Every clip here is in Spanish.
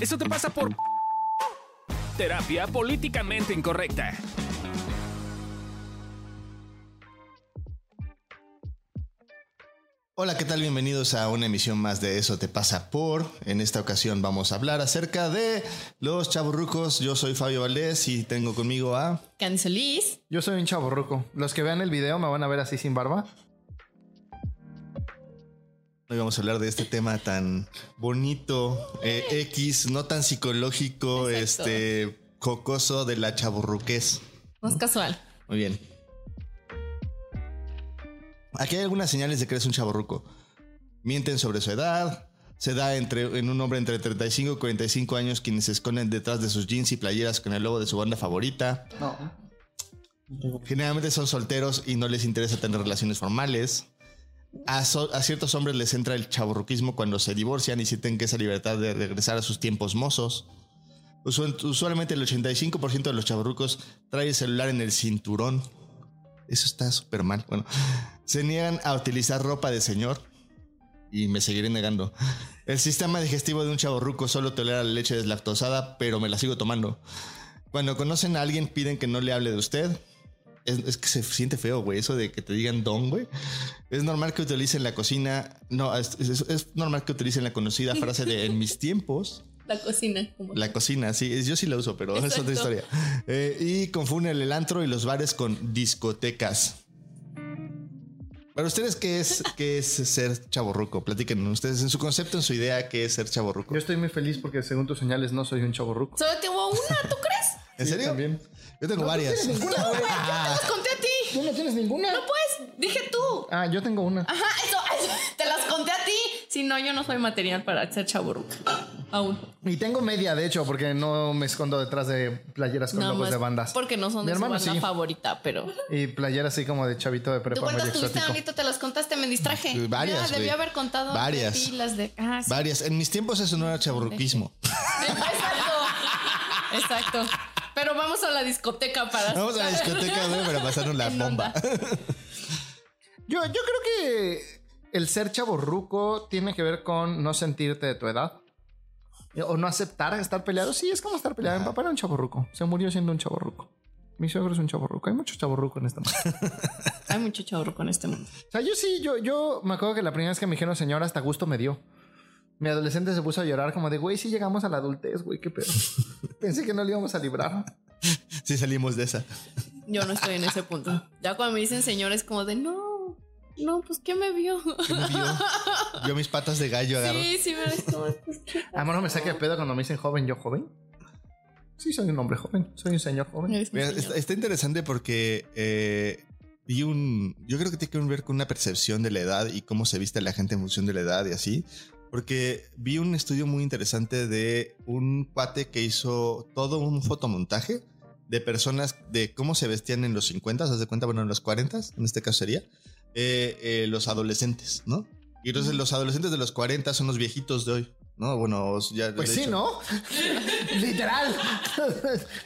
Eso te pasa por terapia políticamente incorrecta. Hola, ¿qué tal? Bienvenidos a una emisión más de Eso te pasa por. En esta ocasión vamos a hablar acerca de los chaburrucos. Yo soy Fabio Valdés y tengo conmigo a... Cansolís. Yo soy un chavo ruco. Los que vean el video me van a ver así sin barba. Hoy vamos a hablar de este tema tan bonito, eh, X, no tan psicológico, Exacto. este cocoso de la chaburruquez. Más casual. Muy bien. Aquí hay algunas señales de que eres un chaborruco. Mienten sobre su edad. Se da entre, en un hombre entre 35 y 45 años quienes se esconden detrás de sus jeans y playeras con el logo de su banda favorita. Generalmente son solteros y no les interesa tener relaciones formales. A, so- a ciertos hombres les entra el chaborruquismo cuando se divorcian y sienten que esa libertad de regresar a sus tiempos mozos. Usual- Usualmente el 85% de los chaborrucos trae el celular en el cinturón. Eso está súper mal. Bueno, se niegan a utilizar ropa de señor y me seguiré negando. El sistema digestivo de un chaborruco solo tolera la leche deslactosada, pero me la sigo tomando. Cuando conocen a alguien, piden que no le hable de usted. Es, es que se siente feo, güey, eso de que te digan don, güey. Es normal que utilicen la cocina. No, es, es- es normal que utilicen la conocida frase de en mis tiempos. La cocina. Como La cocina, sí, es- yo sí la uso, pero es Exacto. otra historia. Eh, y confunden el antro y los bares con discotecas. Para ustedes, ¿qué es, qué es ser chaborruco? Platiquen ustedes en su concepto, en su idea, ¿qué es ser chaborruco? Yo estoy muy feliz porque según tus señales no soy un chavo ruco. Solo tengo una, ¿tú crees? ¿En serio? También. Yo tengo varias. Las conté a ti. ¿Tú no tienes ninguna? No pues, dije tú. Ah, yo tengo una. Ajá, eso, eso, te las conté a ti. Si no, yo no soy material para ser chaburruca. Aún. Y tengo media, de hecho, porque no me escondo detrás de playeras con Nada logos más de bandas. Porque no son Mi de su hermano banda sí. favorita, pero. Y playeras así como de chavito de ¿Tú prepa muy cuántas tuviste, exótico. Anito? Te las contaste, me distraje. Sí, varias, Ya, debí güey. haber contado Varias. de ti las de. Ah, sí. Varias. En mis tiempos eso no era chaborruquismo. Exacto. Exacto. Pero vamos a la discoteca para. Vamos a la discoteca, güey, para pasarnos la En bomba. onda. Yo, yo creo que el ser chaborruco tiene que ver con no sentirte de tu edad. O no aceptar estar peleado. Sí, es como estar peleado. Mi papá era un chaborruco. Se murió siendo un chaborruco. Mi suegro es un chaborruco. Hay mucho chaborruco en esta mesa. Hay mucho chaburruco en este mundo. O sea, yo sí, yo, yo me acuerdo que la primera vez que me dijeron señor, hasta gusto me dio. Mi adolescente se puso a llorar como de, güey, sí llegamos a la adultez, güey, qué pedo. Pensé que no le íbamos a librar. Sí salimos de esa. Yo no estoy en ese punto. Ya cuando me dicen señores como de no, no, pues ¿qué me vio? ¿Qué me vio? Yo mis patas de gallo agarro. Sí, sí, me ves como, pues, ¿qué? Amor, Ah, no me saque de pedo cuando me dicen joven, yo joven. Sí, soy un hombre joven, soy un señor joven. Eres mi Mira, señor. está, está interesante porque eh, vi un. Yo creo que tiene que ver con una percepción de la edad y cómo se viste la gente en función de la edad y así. Porque vi un estudio muy interesante de un cuate que hizo todo un fotomontaje de personas de cómo se vestían en los 50, haz de cuenta, bueno, en los 40, en este caso sería, eh, eh, los adolescentes, ¿no? Y entonces los adolescentes de los 40 son los viejitos de hoy, ¿no? Bueno, ya. Pues de sí, hecho. ¿no? Literal.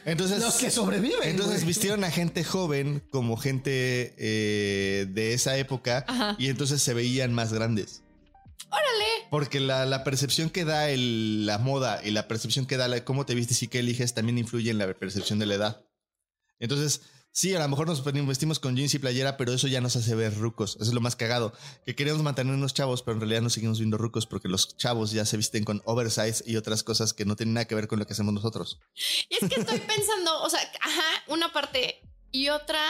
Entonces. Los que sobreviven. Entonces güey. vistieron a gente joven como gente eh, de esa época Ajá. y entonces se veían más grandes. Órale. Porque la, la percepción que da el- la moda y la percepción que da la- cómo te vistes y qué eliges también influye en la percepción de la edad. Entonces, sí, a lo mejor nos ponemos- vestimos con jeans y playera, pero eso ya nos hace ver rucos. Eso es lo más cagado. Que queremos mantenernos chavos, pero en realidad nos seguimos viendo rucos porque los chavos ya se visten con oversize y otras cosas que no tienen nada que ver con lo que hacemos nosotros. Y es que estoy pensando, o sea, ajá, una parte y otra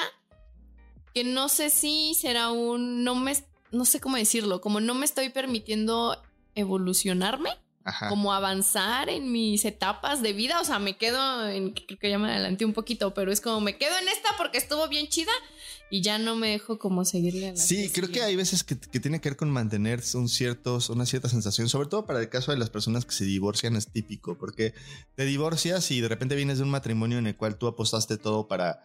que no sé si será un no me no sé cómo decirlo, como no me estoy permitiendo evolucionarme, Ajá. como avanzar en mis etapas de vida, o sea, me quedo en creo que ya me adelanté un poquito, pero es como me quedo en esta porque estuvo bien chida y ya no me dejo como seguirle a la Sí, creo que hay veces que, que tiene que ver con mantener un ciertos, una cierta sensación, sobre todo para el caso de las personas que se divorcian es típico, porque te divorcias y de repente vienes de un matrimonio en el cual tú apostaste todo para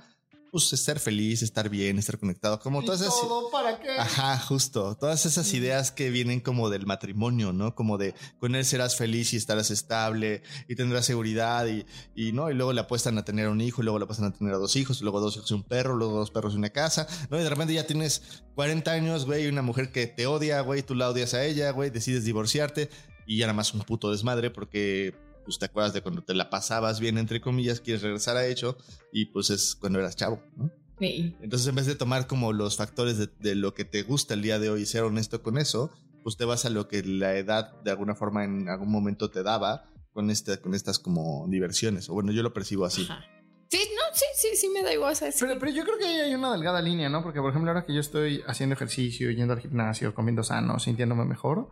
pues, ser feliz, estar bien, estar conectado, como ¿Y todas esas... todo para qué? Ajá, justo. Todas esas ideas que vienen como del matrimonio, ¿no? Como de con él serás feliz y estarás estable y tendrás seguridad y, y no, y luego le apuestan a tener un hijo, y luego le apuestan a tener a dos hijos, y luego dos hijos y un perro, luego dos perros y una casa, ¿no? Y de repente ya tienes 40 años, güey, y una mujer que te odia, güey, tú la odias a ella, güey, decides divorciarte y ya nada más un puto desmadre porque pues te acuerdas de cuando te la pasabas bien, entre comillas, quieres regresar a hecho y pues es cuando eras chavo, ¿no? Sí. Entonces, en vez de tomar como los factores de, de lo que te gusta el día de hoy y ser honesto con eso, pues te vas a lo que la edad de alguna forma en algún momento te daba con, este, con estas como diversiones. O bueno, yo lo percibo así. Ajá. Sí, no, sí, sí, sí me da igual. o sea, sí. Pero, pero yo creo que ahí hay una delgada línea, ¿no? Porque, por ejemplo, ahora que yo estoy haciendo ejercicio, yendo al gimnasio, comiendo sano, sintiéndome mejor.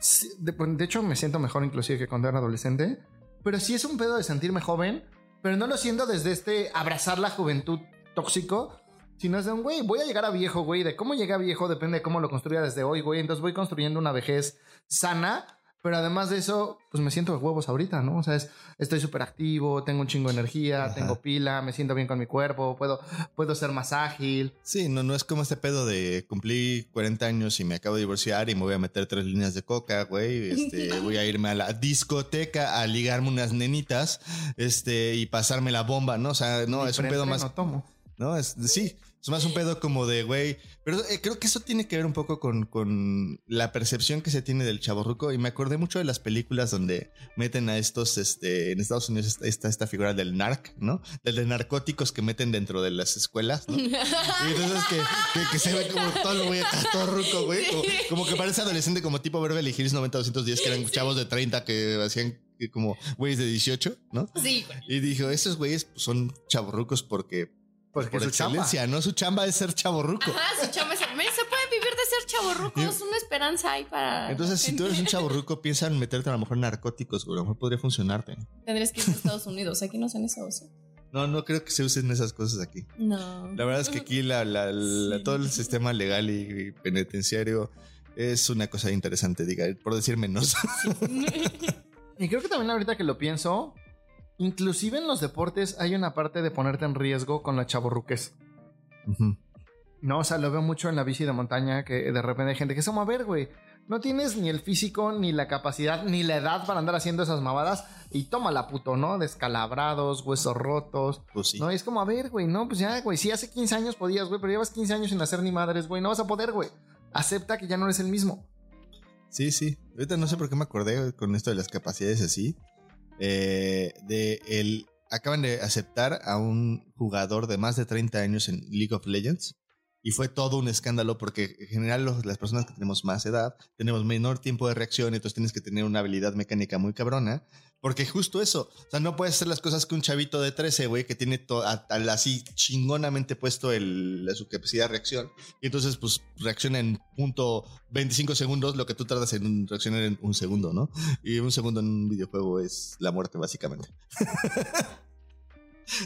sí, de, pues, de hecho, me siento mejor inclusive que cuando era adolescente. Pero sí es un pedo de sentirme joven, pero no lo siento desde este abrazar la juventud tóxico, sino es de un güey, voy a llegar a viejo, güey. De cómo llegué a viejo depende de cómo lo construya desde hoy, güey. Entonces voy construyendo una vejez sana. Pero además de eso, pues me siento de huevos ahorita, ¿no? O sea, es, estoy súper activo, tengo un chingo de energía, Ajá. tengo pila, me siento bien con mi cuerpo, puedo, puedo ser más ágil. Sí, no, no es como este pedo de cumplí 40 años y me acabo de divorciar y me voy a meter tres líneas de coca, güey. Este, voy a irme a la discoteca a ligarme unas nenitas, este, y pasarme la bomba, ¿no? O sea, no, Ni es un preentreno pedo más. tomo. ¿no? Es, sí, es más un pedo como de, güey. Pero eh, creo que eso tiene que ver un poco con, con la percepción que se tiene del chaborruco. Y me acordé mucho de las películas donde meten a estos, este, en Estados Unidos está- está esta figura del narc, ¿no? Del de narcóticos que meten dentro de las escuelas, ¿no? Y entonces que, que- que se ve como todo el güey, está todo ruco, güey. Como, como que parece adolescente, como tipo Beverly Hills 90-210, que eran chavos de 30 que hacían que como güeyes de 18, ¿no? Sí, güey. Y dijo, esos güeyes pues, son chaborrucos porque Porque por pues, su chamba. excelencia, ¿no? Su chamba es ser chaborruco. Ajá, su chamba es- Mira, se puede vivir de ser chavorrucos, una esperanza hay para. Entonces, si tú eres un chaborruco, piensa en meterte a lo mejor en narcóticos, güey. A lo mejor podría funcionarte. Tendrías que irte a Estados Unidos. Aquí no hacen eso, ¿o sí? No, no creo que se usen esas cosas aquí. No. La verdad es que aquí la, la- la- Sí. todo el sistema legal y, y penitenciario es una cosa interesante, diga, por decir menos. Y creo que también ahorita que lo pienso, inclusive en los deportes hay una parte de ponerte en riesgo con la chaborruques. Ujú. No, o sea, lo veo mucho en la bici de montaña que de repente hay gente que es como, a ver, güey, no tienes ni el físico, ni la capacidad, ni la edad para andar haciendo esas mamadas y tómala, puto, ¿no? Descalabrados, huesos rotos. Pues sí. No, y es como, a ver, güey, no, pues ya, güey, sí hace 15 años podías, güey, pero llevas 15 años sin hacer ni madres, güey, no vas a poder, güey. Acepta que ya no eres el mismo. Sí, sí. Ahorita no sé por qué me acordé con esto de las capacidades así. eh, de el, acaban de aceptar a un jugador de más de 30 años en League of Legends. Y fue todo un escándalo porque en general los- las personas que tenemos más edad tenemos menor tiempo de reacción, entonces tienes que tener una habilidad mecánica muy cabrona. Porque justo eso, o sea, no puedes hacer las cosas que un chavito de 13, güey, que tiene to- a- al- así chingonamente puesto el, la, su capacidad de reacción. Y entonces, pues, reacciona en punto 25 segundos lo que tú tardas en reaccionar en un segundo, ¿no? Y un segundo en un videojuego es la muerte, básicamente.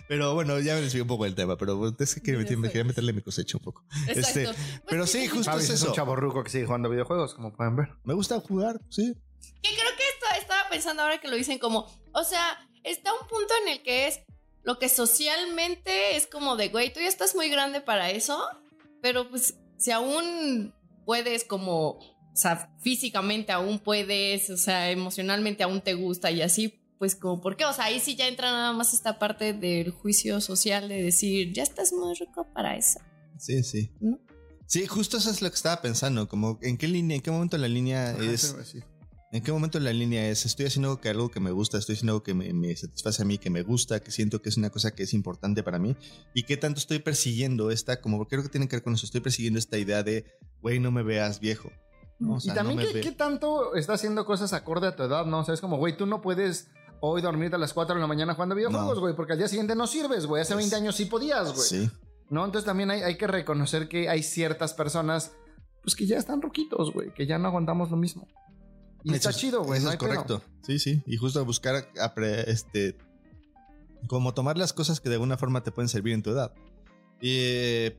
pero bueno, ya me desvié un poco del tema, pero pues, es que quería, meter- Videojuegos. quería meterle mi cosecha un poco. Exacto. Pues Este, pero sí, justo Javi es es Ah, un eso. chaborruco que sigue jugando videojuegos, como pueden ver. Me gusta jugar, sí. Que creo que esto estaba pensando ahora que lo dicen como, o sea, está un punto en el que es lo que socialmente es como de, güey, tú ya estás muy grande para eso, pero pues si aún puedes como, o sea, físicamente aún puedes, o sea, emocionalmente aún te gusta y así, pues como, ¿por qué? O sea, ahí sí ya entra nada más esta parte del juicio social de decir, ya estás muy rico para eso. Sí, sí. ¿No? Sí, justo eso es lo que estaba pensando, como en qué línea, en qué momento la línea es, en qué momento la línea es, estoy haciendo algo que, algo que me gusta, estoy haciendo algo que me, me satisface a mí, que me gusta, que siento que es una cosa que es importante para mí y qué tanto estoy persiguiendo esta, como creo que tiene que ver con eso, estoy persiguiendo esta idea de, güey, no me veas viejo. ¿no? O sea, y no también, me ¿qué, ve- qué tanto está haciendo cosas acorde a tu edad? No, o sea, es como, güey, tú no puedes hoy dormirte a las 4 de la mañana jugando videojuegos, No. güey, porque al día siguiente no sirves, güey. Hace Es- 20 años sí podías, güey. Sí. ¿No? Entonces también hay, hay que reconocer que hay ciertas personas, pues que ya están roquitos, güey, que ya no aguantamos lo mismo. Y Eso está es- chido, güey. Eso no es hay pedo. correcto. Sí, sí. Y justo buscar, apre- este, como tomar las cosas que de alguna forma te pueden servir en tu edad. Eh,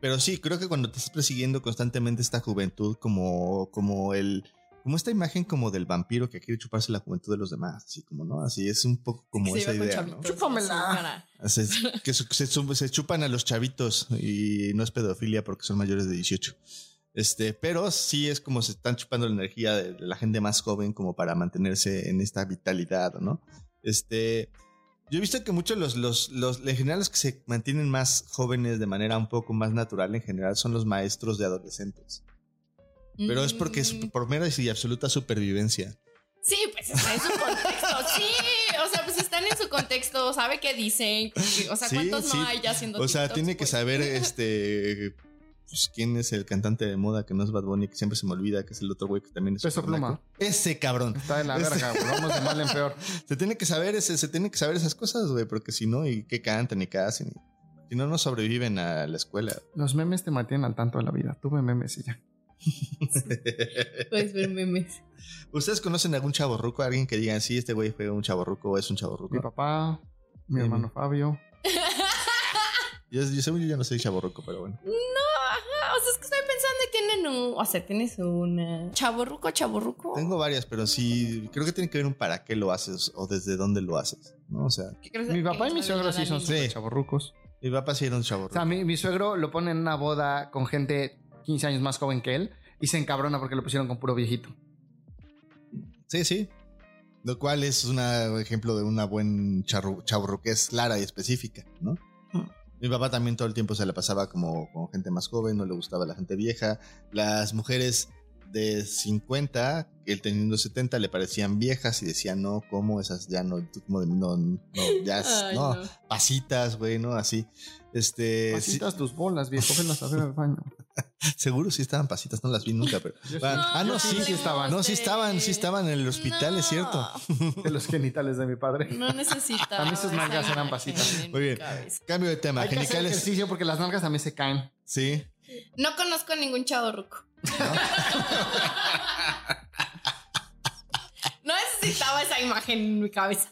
pero sí, creo que cuando te estás persiguiendo constantemente esta juventud, como, como el. Como esta imagen como del vampiro que quiere chuparse la juventud de los demás, así como, ¿no? Así es un poco como Que se esa lleva con idea, ¿no? chavitos, Chúpamela. así, para- Así es, que su- Ah, se, su- se chupan a los chavitos y no es pedofilia porque son mayores de 18. Este, pero sí es como se están chupando la energía de, de la gente más joven como para mantenerse en esta vitalidad, ¿no? Este, yo he visto que muchos los, los, los, en general los que se mantienen más jóvenes de manera un poco más natural en general son los maestros de adolescentes. Pero es porque es Mm, por mera y absoluta supervivencia. Sí, pues está en su contexto. Sí, o sea, pues están en su contexto, sabe qué dicen. O sea, Sí, ¿cuántos sí. no hay ya siendo O sea, TikToks, Pues, tiene que güey? saber este pues, quién es el cantante de moda que no es Bad Bunny, que siempre se me olvida, que es el otro güey que también es Peso supernaco. Pluma. Ese cabrón. Está de la Este- verga, güey. Vamos de mal en peor. Se tiene que saber, ese- se tiene que saber esas cosas, güey, porque si no, ¿y qué cantan y qué hacen? Y- Si no, no sobreviven a la escuela. Los memes te mantienen al tanto de la vida. Tuve memes y ya. Puedes ver memes. ¿Ustedes conocen algún chaborruco? Alguien que digan, sí, este güey fue un chaborruco o es un Mi chaborruco. papá, mi Sí, hermano mi- Fabio. Yo, yo según yo ya no soy chaborruco, pero bueno. Ajá, Ah, o sea, es que estoy pensando que tienen un. O sea, tienes una. Chaborruco, chaborruco. Tengo varias, pero sí, creo que tiene que ver un para qué lo haces o desde dónde lo haces, ¿no? O sea, ¿Qué crees? Mi papá Pues Que y mi sabe suegro sí nada, son ni- Sí. súper chavorrucos. mi papá sí era un O chaborruco. sea, mi, mi suegro lo pone en una boda con gente 15 años más joven que él y se encabrona porque lo pusieron con puro viejito. Sí, sí. Lo cual es un ejemplo de una buen charru- chaburruquez clara y específica, ¿no? Mm. Mi papá también todo el tiempo se la pasaba como con gente más joven, no le gustaba la gente vieja. Las mujeres de 50, él teniendo 70, le parecían viejas y decía, no, ¿cómo esas ya no, tú como de- no, no, ya, es- Ay, no, no. pasitas, güey, no, así. Este, sí, Pasitas tus bolas, viejo, venlas a ver al baño. seguro sí estaban pasitas, no las vi nunca, pero. Yo Ah, soy no, le sí, sí estaban. No, sí guste. estaban, sí estaban en el hospital, es cierto. de los genitales de mi padre. No necesitaba. A mí sus nalgas esa eran imagen pasitas. en Muy mi bien. cabeza. Cambio de tema, Hay que hacer genitales. ejercicio porque las nalgas también se caen. Sí. No conozco ningún chaborruco. No necesitaba esa imagen en mi cabeza.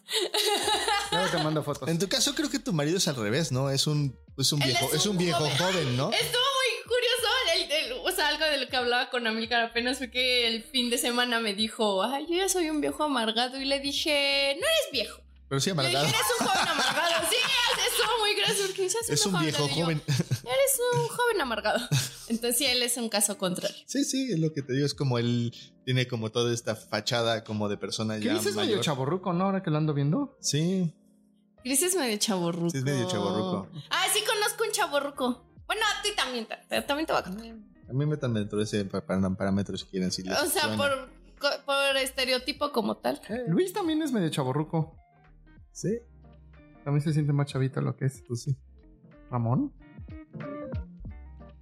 Luego te mando fotos. En tu caso creo que tu marido es al revés, ¿no? Es un es un Él viejo, es es un, un viejo joven, joven. ¿no? Estuvo muy curioso, el- el- o sea, algo de lo que hablaba con Amilcar apenas fue que el fin de semana me dijo, ay, yo ya soy un viejo amargado y le dije, no eres viejo. Pero sí Le dije, amargado. eres un joven amargado. Sí, es- estuvo muy gracioso. porque dice, Es un joven viejo amargado. Y yo, joven. Eres un joven amargado. Entonces sí, él es un caso contrario. Sí, sí, es lo que te digo, es como él tiene como toda esta fachada como de persona ¿Qué ya dices mayor. medio chaborruco, no? Ahora que lo ando viendo. Sí, Chris es medio chaborruco. sí es medio chaborruco. Ah, sí conozco un chaborruco. Bueno, a ti también, ta- ta- también te va a contar. A mí me dentro de ese pa- pa- parámetro si quieren si les O sea, suena. por, co- por estereotipo como tal. Eh. Luis también es medio chaborruco. Sí, También se siente más chavito lo que es. pues sí. ¿Ramón?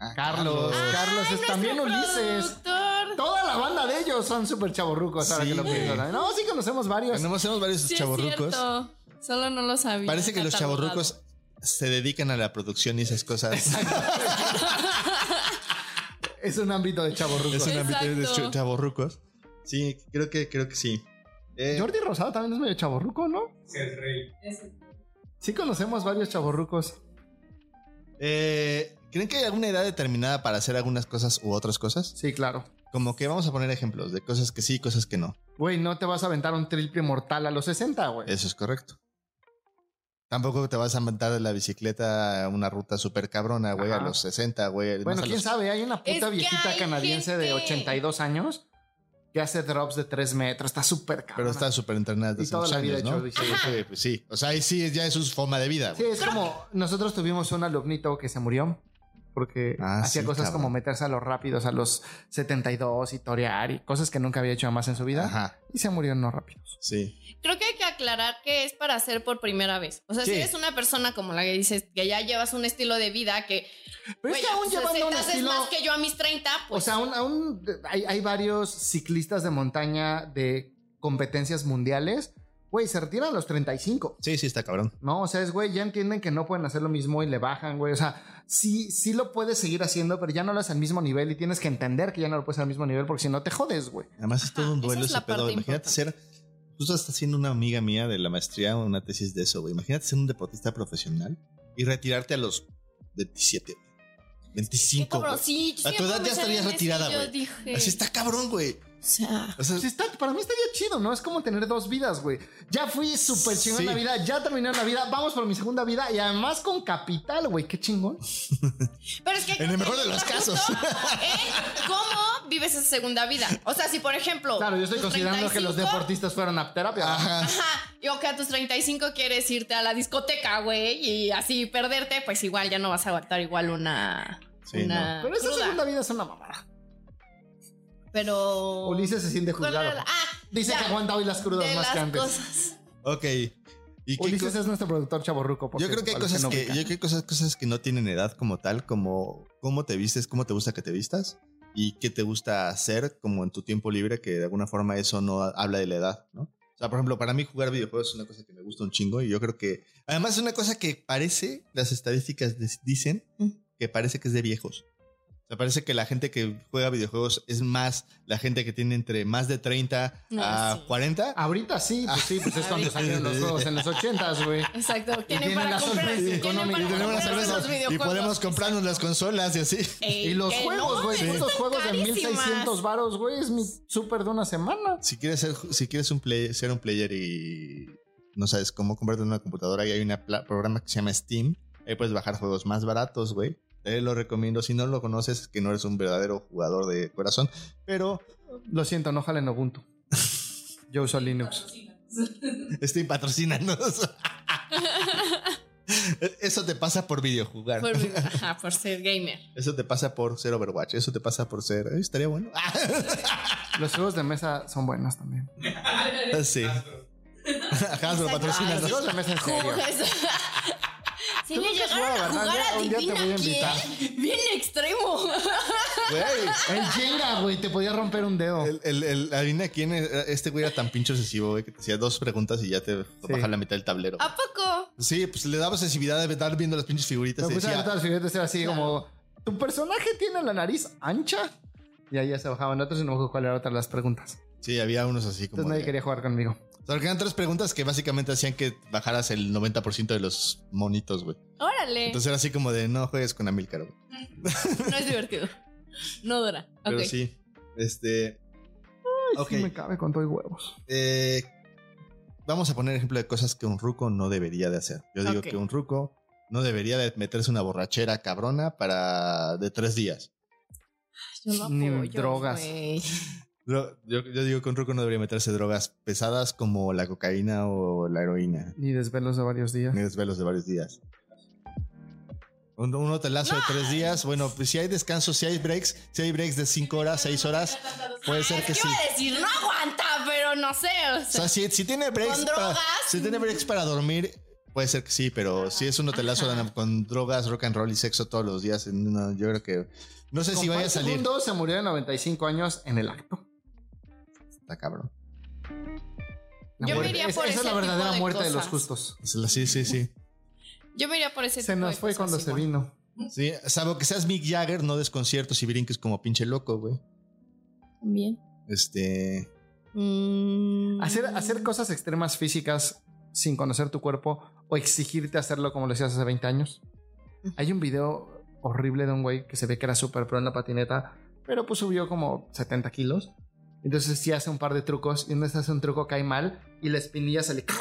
Ah, Carlos. Carlos es también Ulises. Productor. Toda la banda de ellos son súper chaborrucos, ahora Sí, que lo güey. pienso. No, sí conocemos varios. Conocemos varios Sí, es chaborrucos. cierto. Solo no lo sabía. Parece que los Catalogado. chaborrucos se dedican a la producción y esas cosas. Es un ámbito de Es chaborrucos. un ámbito de Exacto. ch- chavorrucos. Sí, creo que, creo que sí. Eh, Jordi Rosado también es medio chaborruco, ¿no? Es- Sí conocemos varios chaborrucos. eh, ¿Creen que hay alguna edad determinada para hacer algunas cosas u otras cosas? Sí, claro. Como que vamos a poner ejemplos de cosas que sí, cosas que no. Güey, no te vas a aventar un triple mortal a los 60, güey. Eso es correcto. Tampoco te vas a inventar de la bicicleta a una ruta súper cabrona, güey, a Ajá. los 60, güey. Bueno, más a quién los- sabe, hay una Es puta que viejita hay canadiense de gente. 82 años que hace drops de 3 metros. Está súper cabrón. Pero está súper entrenada desde Y hace toda muchos la vida años, ha ¿no? hecho bicicleta. Sí, pues sí. O sea, ahí sí, ya es su forma de vida, Sí, güey. es como nosotros tuvimos un alumnito que se murió porque Ah, hacía sí, cosas cabrón. como meterse a los rápidos a los 72 y torear y cosas que nunca había hecho jamás en su vida. Ajá, Y se murió en los rápidos. sí. Creo que hay que aclarar que es para hacer por primera vez. O sea, Sí. si eres una persona como la que dices que ya llevas un estilo de vida que. Pero es güey, que a aún tus llevando un 60 es estilo... más que yo a mis 30, O pues. sea, aún, aún hay, hay varios ciclistas de montaña de competencias mundiales. Güey, se retiran a los 35. Sí, sí, está cabrón. No, o sea, es güey, ya entienden que no pueden hacer lo mismo y le bajan, güey. O sea, sí, sí lo puedes seguir haciendo, pero ya no lo haces al mismo nivel y tienes que entender que ya no lo puedes hacer al mismo nivel porque si no te jodes, güey. Además es Ajá, todo un esa duelo es ese la pedo. parte Imagínate ser. Justo está haciendo una amiga mía de la maestría una tesis de eso, güey. Imagínate ser un deportista profesional y retirarte a los 27, 25. Qué cabrón, güey. sí, A tu siempre edad ya pensé en estarías eso y retirada, yo güey. dije, Así está cabrón, güey. O sea, O sea, Sí está- para mí estaría chido, ¿no? Es como tener dos vidas, güey. Ya fui súper chingón en la Sí. vida, ya terminé en la vida, vamos por mi segunda vida y además con capital, güey. Qué chingón. pero es que En el mejor de los justo casos. en ¿Cómo vives esa segunda vida? O sea, si por ejemplo. Claro, yo estoy tus considerando que los 35, deportistas fueron a terapia. ajá. Ajá, y o que a tus 35 quieres irte a la discoteca, güey, y así perderte, pues igual ya no vas a aguantar igual una. Sí, una Pero esa cruda. segunda vida es una mamada. Pero. Ulises se siente juzgado. Ah, Dice Ya. que aguanta hoy las crudas de más las que antes. cosas. Ok. ¿Y qué Ulises co- es nuestro productor chaborruco. yo creo que hay cosas que, yo creo que hay cosas, cosas que no tienen edad como tal, como cómo te vistes, cómo te gusta que te vistas y qué te gusta hacer como en tu tiempo libre, que de alguna forma eso no ha- habla de la edad, ¿no? O sea, por ejemplo, para mí jugar videojuegos es una cosa que me gusta un chingo y yo creo que además es una cosa que parece, las estadísticas des- dicen que parece que es de viejos. O sea, parece que la gente que juega videojuegos es más la gente que tiene entre más de 30 Ah, a sí. 40. Ahorita sí, pues sí, pues es Ah, cuando salieron los juegos en los ochentas, güey. Exacto. Tienen tienen para la comprar. solvencia Tienen económica. para Y tenemos comprarse las cervezas. los videojuegos. y podemos comprarnos las consolas y así. Ey, Y los que juegos, no, güey. están Estos juegos de carísimas. 1600 varos, güey. Es mi súper de una semana. Si quieres ser, si quieres un play- ser un player y no sabes cómo comprarte una computadora, y hay un programa que se llama Steam. Ahí puedes bajar juegos más baratos, güey. Te lo recomiendo. Si no lo conoces, es que no eres un verdadero jugador de corazón. Pero Lo siento, no jalen Ubuntu. Yo uso Linux. Steam patrocínanos. Eso te pasa por videojugar. Por, ajá, por ser gamer. Eso te pasa por ser Overwatch. Eso te pasa por ser. "Eh, estaría bueno. Los juegos de mesa son buenos también. Ah, sí. Hasbro, Exacto. Los patrocínanos. juegos de mesa en serio. Juegos. Si Tú me nunca has llegaron a jugado, ¿verdad? jugar a Un día- un día adivina te voy a invitar. quién, bien extremo. Güey, El Jenga, güey, te podía romper un dedo. El, el, el, adivina quién era- este güey era tan pinche obsesivo, güey, que te hacía dos preguntas y ya te bajaba la mitad del tablero. ¿A poco? Sí, pues le daba sensibilidad de estar viendo las pinches figuritas. Me y puse a ver decía, todas las figuras era así como: ¿Tu personaje tiene la nariz ancha? Y ahí ya se bajaban otros y no me acuerdo cuál era otra de las preguntas. sí, había unos así como. Entonces nadie de- quería jugar conmigo. O sea, porque eran tres preguntas que básicamente hacían que bajaras el 90% de los monitos, güey. Órale. Entonces era así como de no juegues con Amilcar, güey. no es divertido. No dura. Pero Ok. sí, este. Ay, sí Ok. me cabe con todo y huevos. eh, vamos a poner ejemplo de cosas que un ruco no debería de hacer. Yo digo Ok. que un ruco no debería de meterse una borrachera cabrona para de tres días. Yo lo Ni apoyo, drogas. güey. No, yo, yo digo que un ruco no debería meterse drogas pesadas como la cocaína o la heroína. Ni desvelos de varios días. Ni desvelos de varios días. Un, un hotelazo de tres días. Bueno, pues si hay descanso, si hay breaks, si hay breaks de cinco horas, seis horas, puede ser Ah, que es sí. iba a decir, no aguanta, pero no sé. O O sea, sea, si, si tiene breaks. Con para, drogas. Si tiene breaks para dormir, puede ser que sí, pero si es un hotelazo de- con drogas, rock and roll y sexo todos los días, no, yo creo que. No sé si vaya a salir. Segundo se murió de 95 años en el acto. Está cabrón. La Yo me muerte- iría es- por esa es ese la verdadera tipo de muerte de los cosas. justos. Sí, sí, sí. yo me iría por ese Se tipo nos de fue cosas cuando se igual. vino. Sí, salvo que seas Mick Jagger, no des conciertos y brinques como pinche loco, güey. Bien. Este. Mm. Hacer, hacer cosas extremas físicas sin conocer tu cuerpo o exigirte hacerlo como lo hacías hace 20 años. Hay un video horrible de un güey que se ve que era súper pro en la patineta, pero pues subió como 70 kilos. Entonces sí hace un par de trucos y una vez hace un truco cae mal y la espinilla sale crack.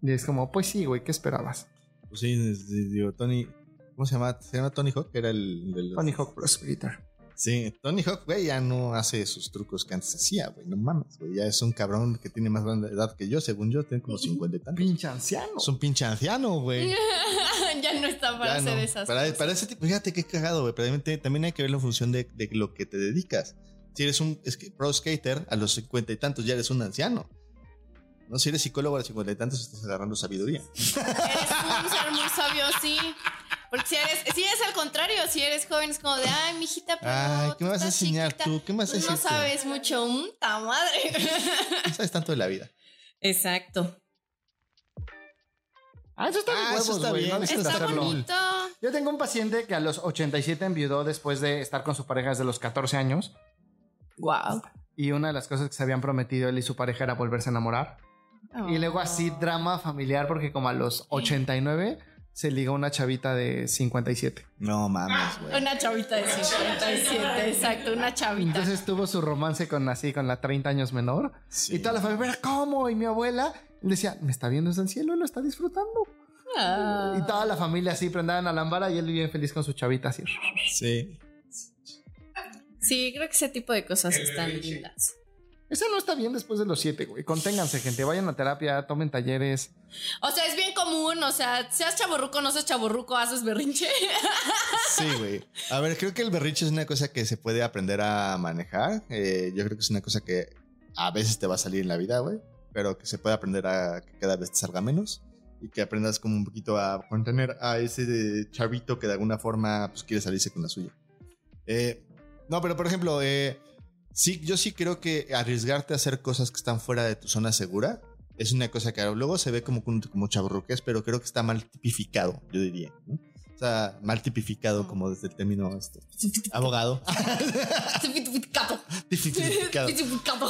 Y es como, pues sí, güey, ¿qué esperabas? Pues sí, es- es- digo, Tony. ¿Cómo se llama? ¿Se llama Tony Hawk? Era el. del- Tony Hawk Pro Skater. Sí, Tony Hawk, güey, ya no hace sus trucos que antes hacía, güey. No mames, güey. Ya es un cabrón que tiene más grande edad que yo, según yo, tiene como 50 y tantos. Pinche anciano. Es un pinche anciano, güey. ya no está para Ya hacer no. esas para, cosas. para ese tipo, fíjate qué cagado, güey. pero También, te- también hay que verlo en función de, de lo que te dedicas. Si eres un es que pro skater, a los cincuenta y tantos ya eres un anciano. No, si eres psicólogo a los cincuenta y tantos estás agarrando sabiduría. Eres un ser muy sabio, sí. Porque si eres, si es al contrario, si eres joven, es como de, ay, mijita, pero. Ay, ¿qué tú me vas a estás enseñar chiquita, tú? ¿Qué me vas a tú decir no tú? sabes mucho, ¡ta madre! No sabes tanto de la vida. Exacto. Ah, eso está de Ah, eso huevos, está güey, bien, no eso necesitas Está hacerlo. bonito. Yo tengo un paciente que a los 87 enviudó después de estar con su pareja desde los 14 años. Wow. Y una de las cosas que se habían prometido él y su pareja era volverse a enamorar. Y luego así Ah. drama familiar porque como a los 89 se ligó una chavita de 57. No mames, güey. Una chavita de 57, exacto, una chavita. Entonces tuvo su romance con así, con la 30 años menor. Sí. Y toda la familia, "¿Pero ¿cómo? Y mi abuela le decía, me está viendo desde el cielo, lo está disfrutando. Ah. Y toda la familia así prendaban a lámpara y él vivía feliz con su chavita así. Sí. Sí, creo que ese tipo de cosas están lindas. Esa no está bien después de los siete, güey. Conténganse, gente. Vayan a terapia, tomen talleres. O sea, es bien común, o sea, seas chaborruco, no seas chaborruco, haces berrinche. Sí, güey. A ver, creo que el berrinche es una cosa que se puede aprender a manejar. Eh, yo creo que es una cosa que a veces te va a salir en la vida, güey. Pero que se puede aprender a que cada vez te salga menos. Y que aprendas como un poquito a contener a ese chavito que de alguna forma pues, quiere salirse con la suya. Eh, no, pero por ejemplo, eh, sí, yo sí creo que arriesgarte a hacer cosas que están fuera de tu zona segura es una cosa que luego se ve como, como chaburruques, pero creo que está mal tipificado, yo diría. ¿no? O sea, mal tipificado como desde el término este, abogado. Capo. tipificado. Capo.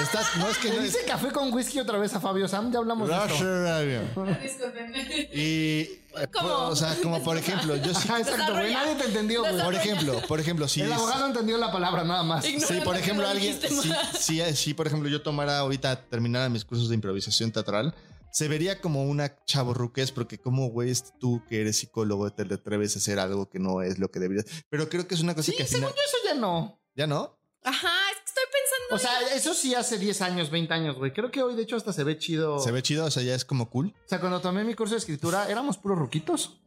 Estás- no es que Le no es- dice café con whisky otra vez a Fabio Sam. Ya hablamos de esto. Disculpenme. Y, eh, ¿Cómo? por- o sea, como por ejemplo, yo sí, Ajá, Ah, exacto, güey. Desarrolla. Nadie te entendió, güey. por ejemplo, por ejemplo, si, El abogado entendió la palabra nada más. Ignorante si, por que ejemplo lo alguien, dijiste si, mal. si- eh, si, por ejemplo yo tomara ahorita terminara mis cursos de improvisación teatral, se vería como una chaborruquez porque como güey es tú que eres psicólogo te atreves a hacer algo que no es lo que deberías. Pero creo que es una cosa que al final- Eso ya no. ya no. Ajá, es que estoy pensando. O sea, eso sí hace 10 años, 20 años, güey. Creo que hoy, de hecho, hasta se ve chido. Se ve chido, o sea, ya es como cool. O sea, cuando tomé mi curso de escritura, éramos puros ruquitos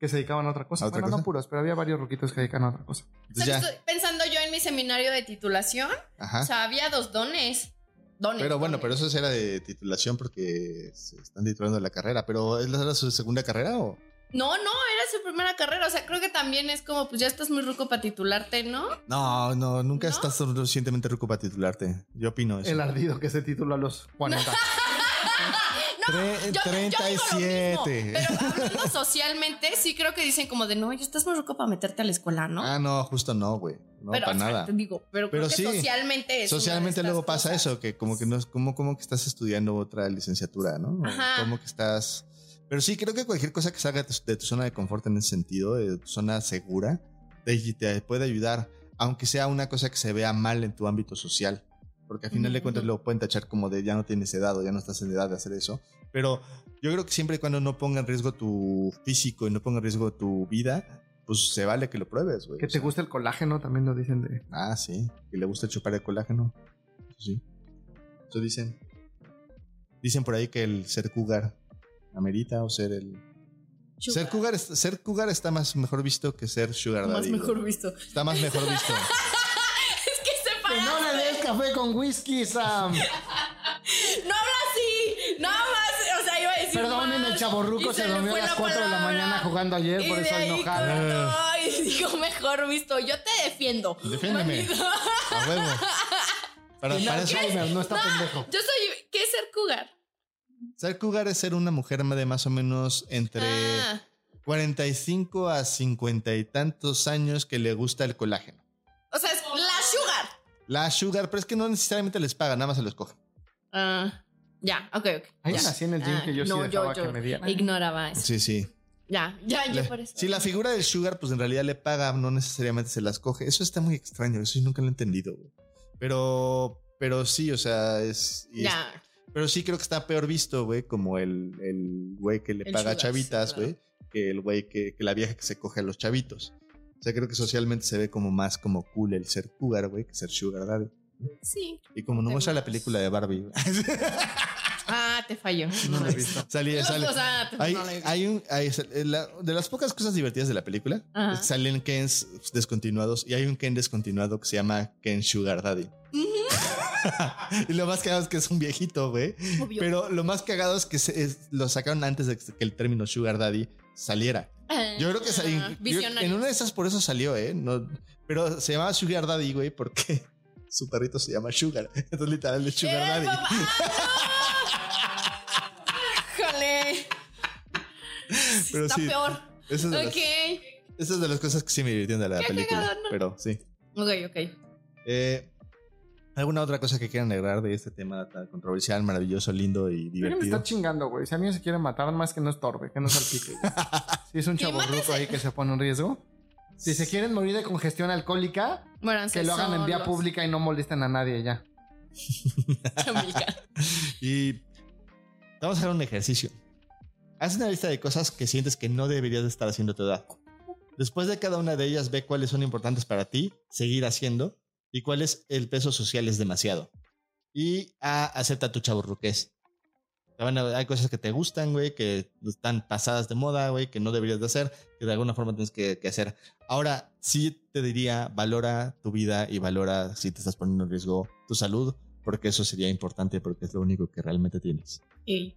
que se dedicaban a otra cosa. ¿A otra bueno, cosa? no puros, pero había varios ruquitos que dedicaban a otra cosa. Entonces ¿Sabes? Pues ya, Estoy pensando yo en mi seminario de titulación. O ajá. sea, había dos dones. Dones. Pero bueno, pero dones. eso era de titulación porque se están titulando la carrera, pero ¿es la era su segunda carrera o? No, no, era su primera carrera. O sea, creo que también es como, pues ya estás muy ruco para titularte, ¿no? No, no, nunca ¿No? estás suficientemente rico para titularte. Yo opino eso. El ardido que se titula a los 40. Tre- Yo- yo digo lo mismo, 37. pero hablando socialmente, sí creo que dicen como de no, ya estás muy ruco para meterte a la escuela, ¿no? Ah, no, justo no, güey. No, pero, para o sea, nada. te digo, pero, Pero creo que sí, socialmente es una de Socialmente estas luego pasa cosas. eso, que como que no es como, como que estás estudiando otra licenciatura, ¿no? O Ajá. Como que estás... Pero sí, creo que cualquier cosa que salga de tu, de tu zona de confort en ese sentido, de tu zona segura, te, te puede ayudar, aunque sea una cosa que se vea mal en tu ámbito social. Porque al final de cuentas Ujú. luego pueden tachar como de ya no tienes edad o ya no estás en edad de hacer eso. Pero yo creo que siempre y cuando no ponga en riesgo tu físico y no ponga en riesgo tu vida, pues se vale que lo pruebes, güey. que O te sea, gusta el colágeno, también lo dicen de. Ah, sí. Que le gusta chupar el colágeno. Eso sí. Eso dicen. Dicen por ahí que el ser cougar amerita o ser el. Sugar. Ser cougar, es- ser cougar está más mejor visto que ser sugar Más daddy. mejor güey. visto. Está más mejor visto. Es que se ¡Que para. no le des café con whisky, Sam! No habla así. No más. O sea, iba a decir. Perdonen, más, el chaborruco y se le durmió a fue las 4 de la palabra. mañana jugando ayer, Y por de eso ahí enojado. cortó y dijo mejor visto. Yo te defiendo. Defiéndeme. Manito. A huevo. Para, Tiene para eso- Alzheimer, no está pendejo. Yo soy. ¿Qué es ser cougar? ser cougar es ser una mujer de más o menos entre Ah, 45 a 50 y tantos años que le gusta el colágeno. o sea, es la sugar. La sugar, pero es que no necesariamente les paga, nada más se los coge. Ah, ya, ok, ok. Hay ya. una así en el gym Ah, que yo sí no, dejaba yo- que yo me dieran. Ignoraba eso. Sí, sí. Ya, ya, yo La- por eso. Si la figura del Sugar, pues en realidad le paga, no necesariamente se las coge. Eso está muy extraño, eso sí nunca lo he entendido. güey. Pero, pero sí, o sea, es. y es- Ya. pero sí creo que está peor visto, güey, como el, el güey que le El paga a sugar, chavitas, sí, claro. güey, que el güey que, que la vieja que se coge a los chavitos. O sea, creo que socialmente se ve como más como cool el ser cougar, güey, que ser sugar daddy. Sí. Y como no muestra la Además. película de Barbie, güey. Ah, te falló. No lo he la visto. salía, sale, O sea, te- hay, no la he visto. hay un, hay- la- de las pocas cosas divertidas de la película, Ajá. es que salen Kens descontinuados y hay un Ken descontinuado que se llama Ken Sugar Daddy. y lo más cagado es que es un viejito, güey. Obvio. Pero lo más cagado es que se- es- lo sacaron antes de que el término Sugar Daddy saliera. Ah, Yo creo que sa- yo- en Visionario. una de esas por eso salió, ¿eh? No, pero se llamaba Sugar Daddy, güey, porque su perrito se llama Sugar. Entonces literal es Sugar ¡Era el Daddy. Eh, papá! ¡Ah, no! ¡Híjole! Sí, Pero Está sí, peor. Esa es, de las, Ok. esa es de las cosas que sí me divirtieron de la Qué película. cagado, ¿no? Pero sí. Ok, ok. Eh, ¿Alguna otra cosa que quieran agregar de este tema tan controversial, maravilloso, lindo y Alguien me divertido? está chingando, güey. Si a mí se quiere matar, más que no estorbe, que no salpique. güey. si es un Sí, chaborruco ahí que se pone en riesgo. Si se quieren morir de congestión alcohólica, Bueno, que lo hagan en vía pública y no molesten a nadie ya. Y vamos a hacer un ejercicio. Haz una lista de cosas que sientes que no deberías de estar haciendo a tu edad. Después de cada una de ellas, ve cuáles son importantes para ti seguir haciendo y cuáles el peso social es demasiado. y a acepta tu chaburruqués. Van a- hay cosas que te gustan, güey, que están pasadas de moda, güey, que no deberías de hacer, que de alguna forma tienes que, que hacer. Ahora, sí te diría, valora tu vida y valora si te estás poniendo en riesgo tu salud, porque eso sería importante, porque es lo único que realmente tienes. Ey.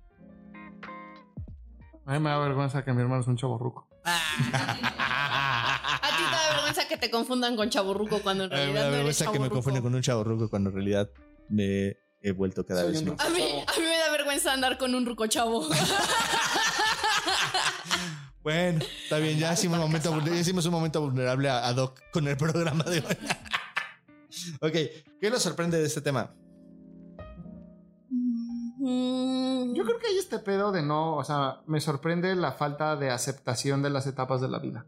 A mí me da vergüenza que mi hermano es un chaborruco. A ti te da vergüenza que te confundan con chaburruco cuando en A mí realidad me da no eres vergüenza que me chavorruco. confunde con un chavo ruco cuando en realidad me he vuelto cada Soy vez un más. A mí, a mí me da vergüenza andar con un ruco chavo. Bueno, está bien, ya hicimos, un momento, vulner- ya hicimos un momento vulnerable a, a Doc con el programa de hoy. ok, ¿qué nos sorprende de este tema? Mm, Yo creo que hay este pedo de no, o sea, me sorprende la falta de aceptación de las etapas de la vida,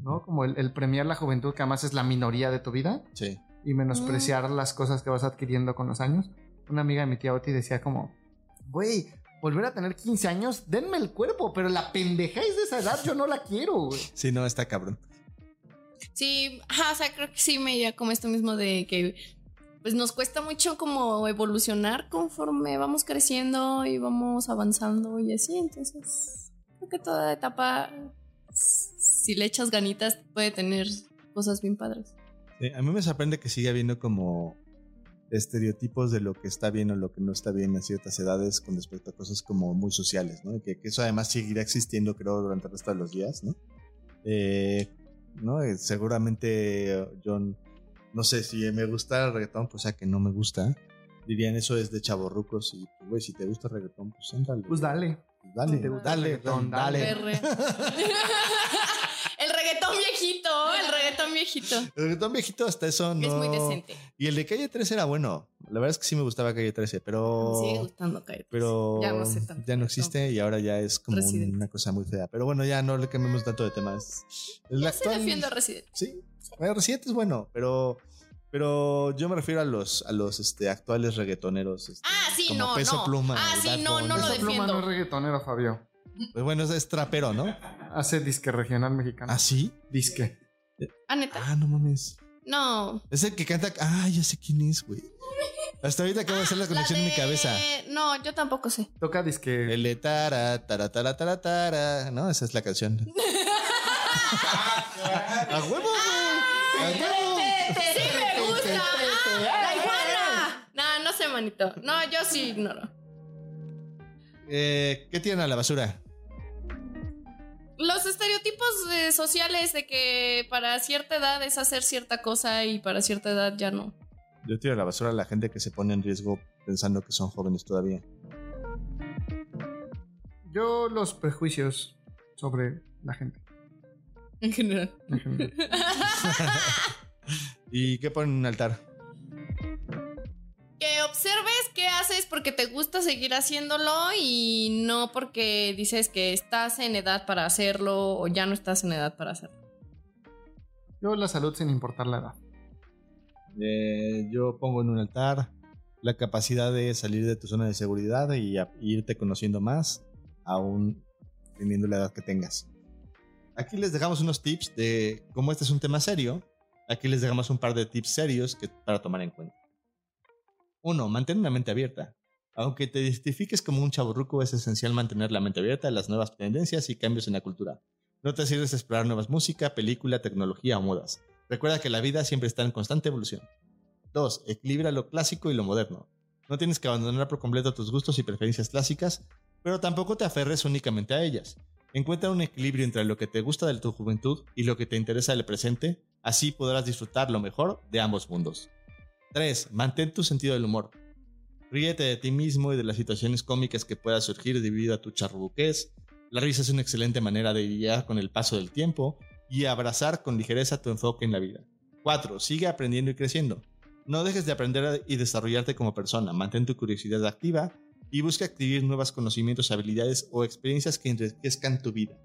¿no? Como el, el premiar la juventud, que además es la minoría de tu vida, Sí. y menospreciar Mm. las cosas que vas adquiriendo con los años. Una amiga de mi tía Oti decía como, güey, volver a tener 15 años, denme el cuerpo, pero la pendejáis de esa edad, yo no la quiero, güey. Sí, no, está cabrón. Sí, ajá, o sea, creo que sí me iría como esto mismo de que pues nos cuesta mucho como evolucionar conforme vamos creciendo y vamos avanzando y así, entonces creo que toda etapa s- si le echas ganitas puede tener cosas bien padres. Sí, Eh, a mí me sorprende que siga habiendo como estereotipos de lo que está bien o lo que no está bien a ciertas edades con respecto a cosas como muy sociales, ¿no? Y Que, que eso además seguirá existiendo, creo, durante el resto de los días, ¿no? Eh, ¿no? Eh, seguramente eh, yo n- no sé si me gusta el reggaetón, pues sea que no me gusta. Dirían eso es de chavorrucos y, pues, güey, si te gusta el reggaetón, pues ándale. Pues dale. Pues Dale, Si te gusta el dale, reggaetón, dale. dale. Perre. el reggaetón viejito, el reggaetón viejito. El reggaetón viejito hasta eso no... Es muy decente. Y el de Calle 13 era bueno. La verdad es que sí me gustaba Calle 13, Me pero... sigue gustando Calle 13. pero ya no sé tanto. ya no existe y ahora ya es como un- Residente. una cosa muy fea. Pero bueno, ya no le cambiamos tanto de temas. El Se defiende a Resident. sí, el reciente es bueno, pero pero yo me refiero a los a los este actuales reggaetoneros. este, Ah, sí, como no, peso no. pluma. Ah, y sí, Bad no, Bunny. no lo Peso Esa defiendo. pluma no es reggaetonero, Fabio. Pluma. Pues bueno, es, es trapero, ¿no? Hace disque regional mexicano. ¿Ah, sí? Disque. Ah, neta. Ah, no mames. No. Es el que canta. Ah, ya sé quién es, güey. Hasta ahorita acabo de hacer la conexión en mi Ah, de- cabeza. No, yo tampoco sé. Toca disque. El de tara, tara, tara, tara, tara. No, esa es la canción. ¡A huevo, güey! ¡A huevo! Sí me gusta. Ah, la iguana. No, no sé, manito. No, yo sí ignoro. Eh, ¿Qué tiran a la basura? Los estereotipos eh, sociales de que para cierta edad es hacer cierta cosa y para cierta edad ya no. Yo tiro a la basura a la gente que se pone en riesgo pensando que son jóvenes todavía. Yo los prejuicios sobre la gente. En general. en general. ¿Y qué ponen en un altar? Que observes qué haces porque te gusta seguir haciéndolo y no porque dices que estás en edad para hacerlo o ya no estás en edad para hacerlo. Yo la salud sin importar la edad. Eh, yo pongo en un altar la capacidad de salir de tu zona de seguridad y a- irte conociendo más, aún teniendo la edad que tengas. Aquí les dejamos unos tips de cómo este es un tema serio. Aquí les dejamos un par de tips serios que, para tomar en cuenta. Uno, mantén una mente abierta. Aunque te identifiques como un chaburruco, es esencial mantener la mente abierta a las nuevas tendencias y cambios en la cultura. No te sirves explorar nuevas música, película, tecnología o modas. Recuerda que la vida siempre está en constante evolución. 2. Equilibra lo clásico y lo moderno. No tienes que abandonar por completo tus gustos y preferencias clásicas, pero tampoco te aferres únicamente a ellas. Encuentra un equilibrio entre lo que te gusta de tu juventud y lo que te interesa del presente, así podrás disfrutar lo mejor de ambos mundos. 3. Mantén tu sentido del humor. Ríete de ti mismo y de las situaciones cómicas que puedan surgir debido a tu charrubuqués. La risa es una excelente manera de lidiar con el paso del tiempo y abrazar con ligereza tu enfoque en la vida. 4. Sigue aprendiendo y creciendo. No dejes de aprender y desarrollarte como persona. Mantén tu curiosidad activa y busca adquirir nuevos conocimientos, habilidades o experiencias que enriquezcan tu vida.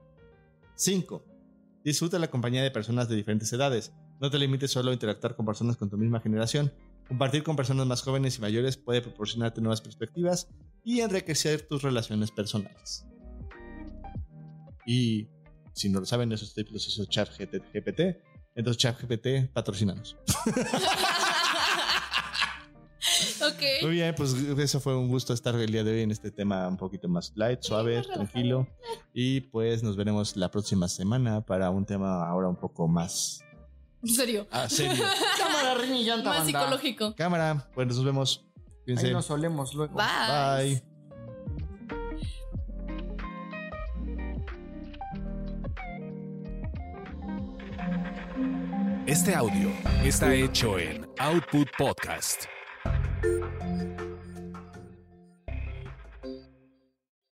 5. Disfruta la compañía de personas de diferentes edades. No te limites solo a interactuar con personas con tu misma generación. Compartir con personas más jóvenes y mayores puede proporcionarte nuevas perspectivas y enriquecer tus relaciones personales. Y si no lo saben, esos tips los hizo ChatGPT. Entonces ChatGPT, patrocínanos. ok, Ok. Muy bien, pues eso fue un gusto estar el día de hoy en este tema un poquito más light, suave, más relajado. tranquilo. Y pues nos veremos la próxima semana para un tema ahora un poco más En serio. ah, serio. Cámara Rin y llanta, Más banda. psicológico. Cámara, pues nos vemos. Ahí Cuídense. nos solemos luego. Bye. Bye. Este audio está hecho en Output Podcast.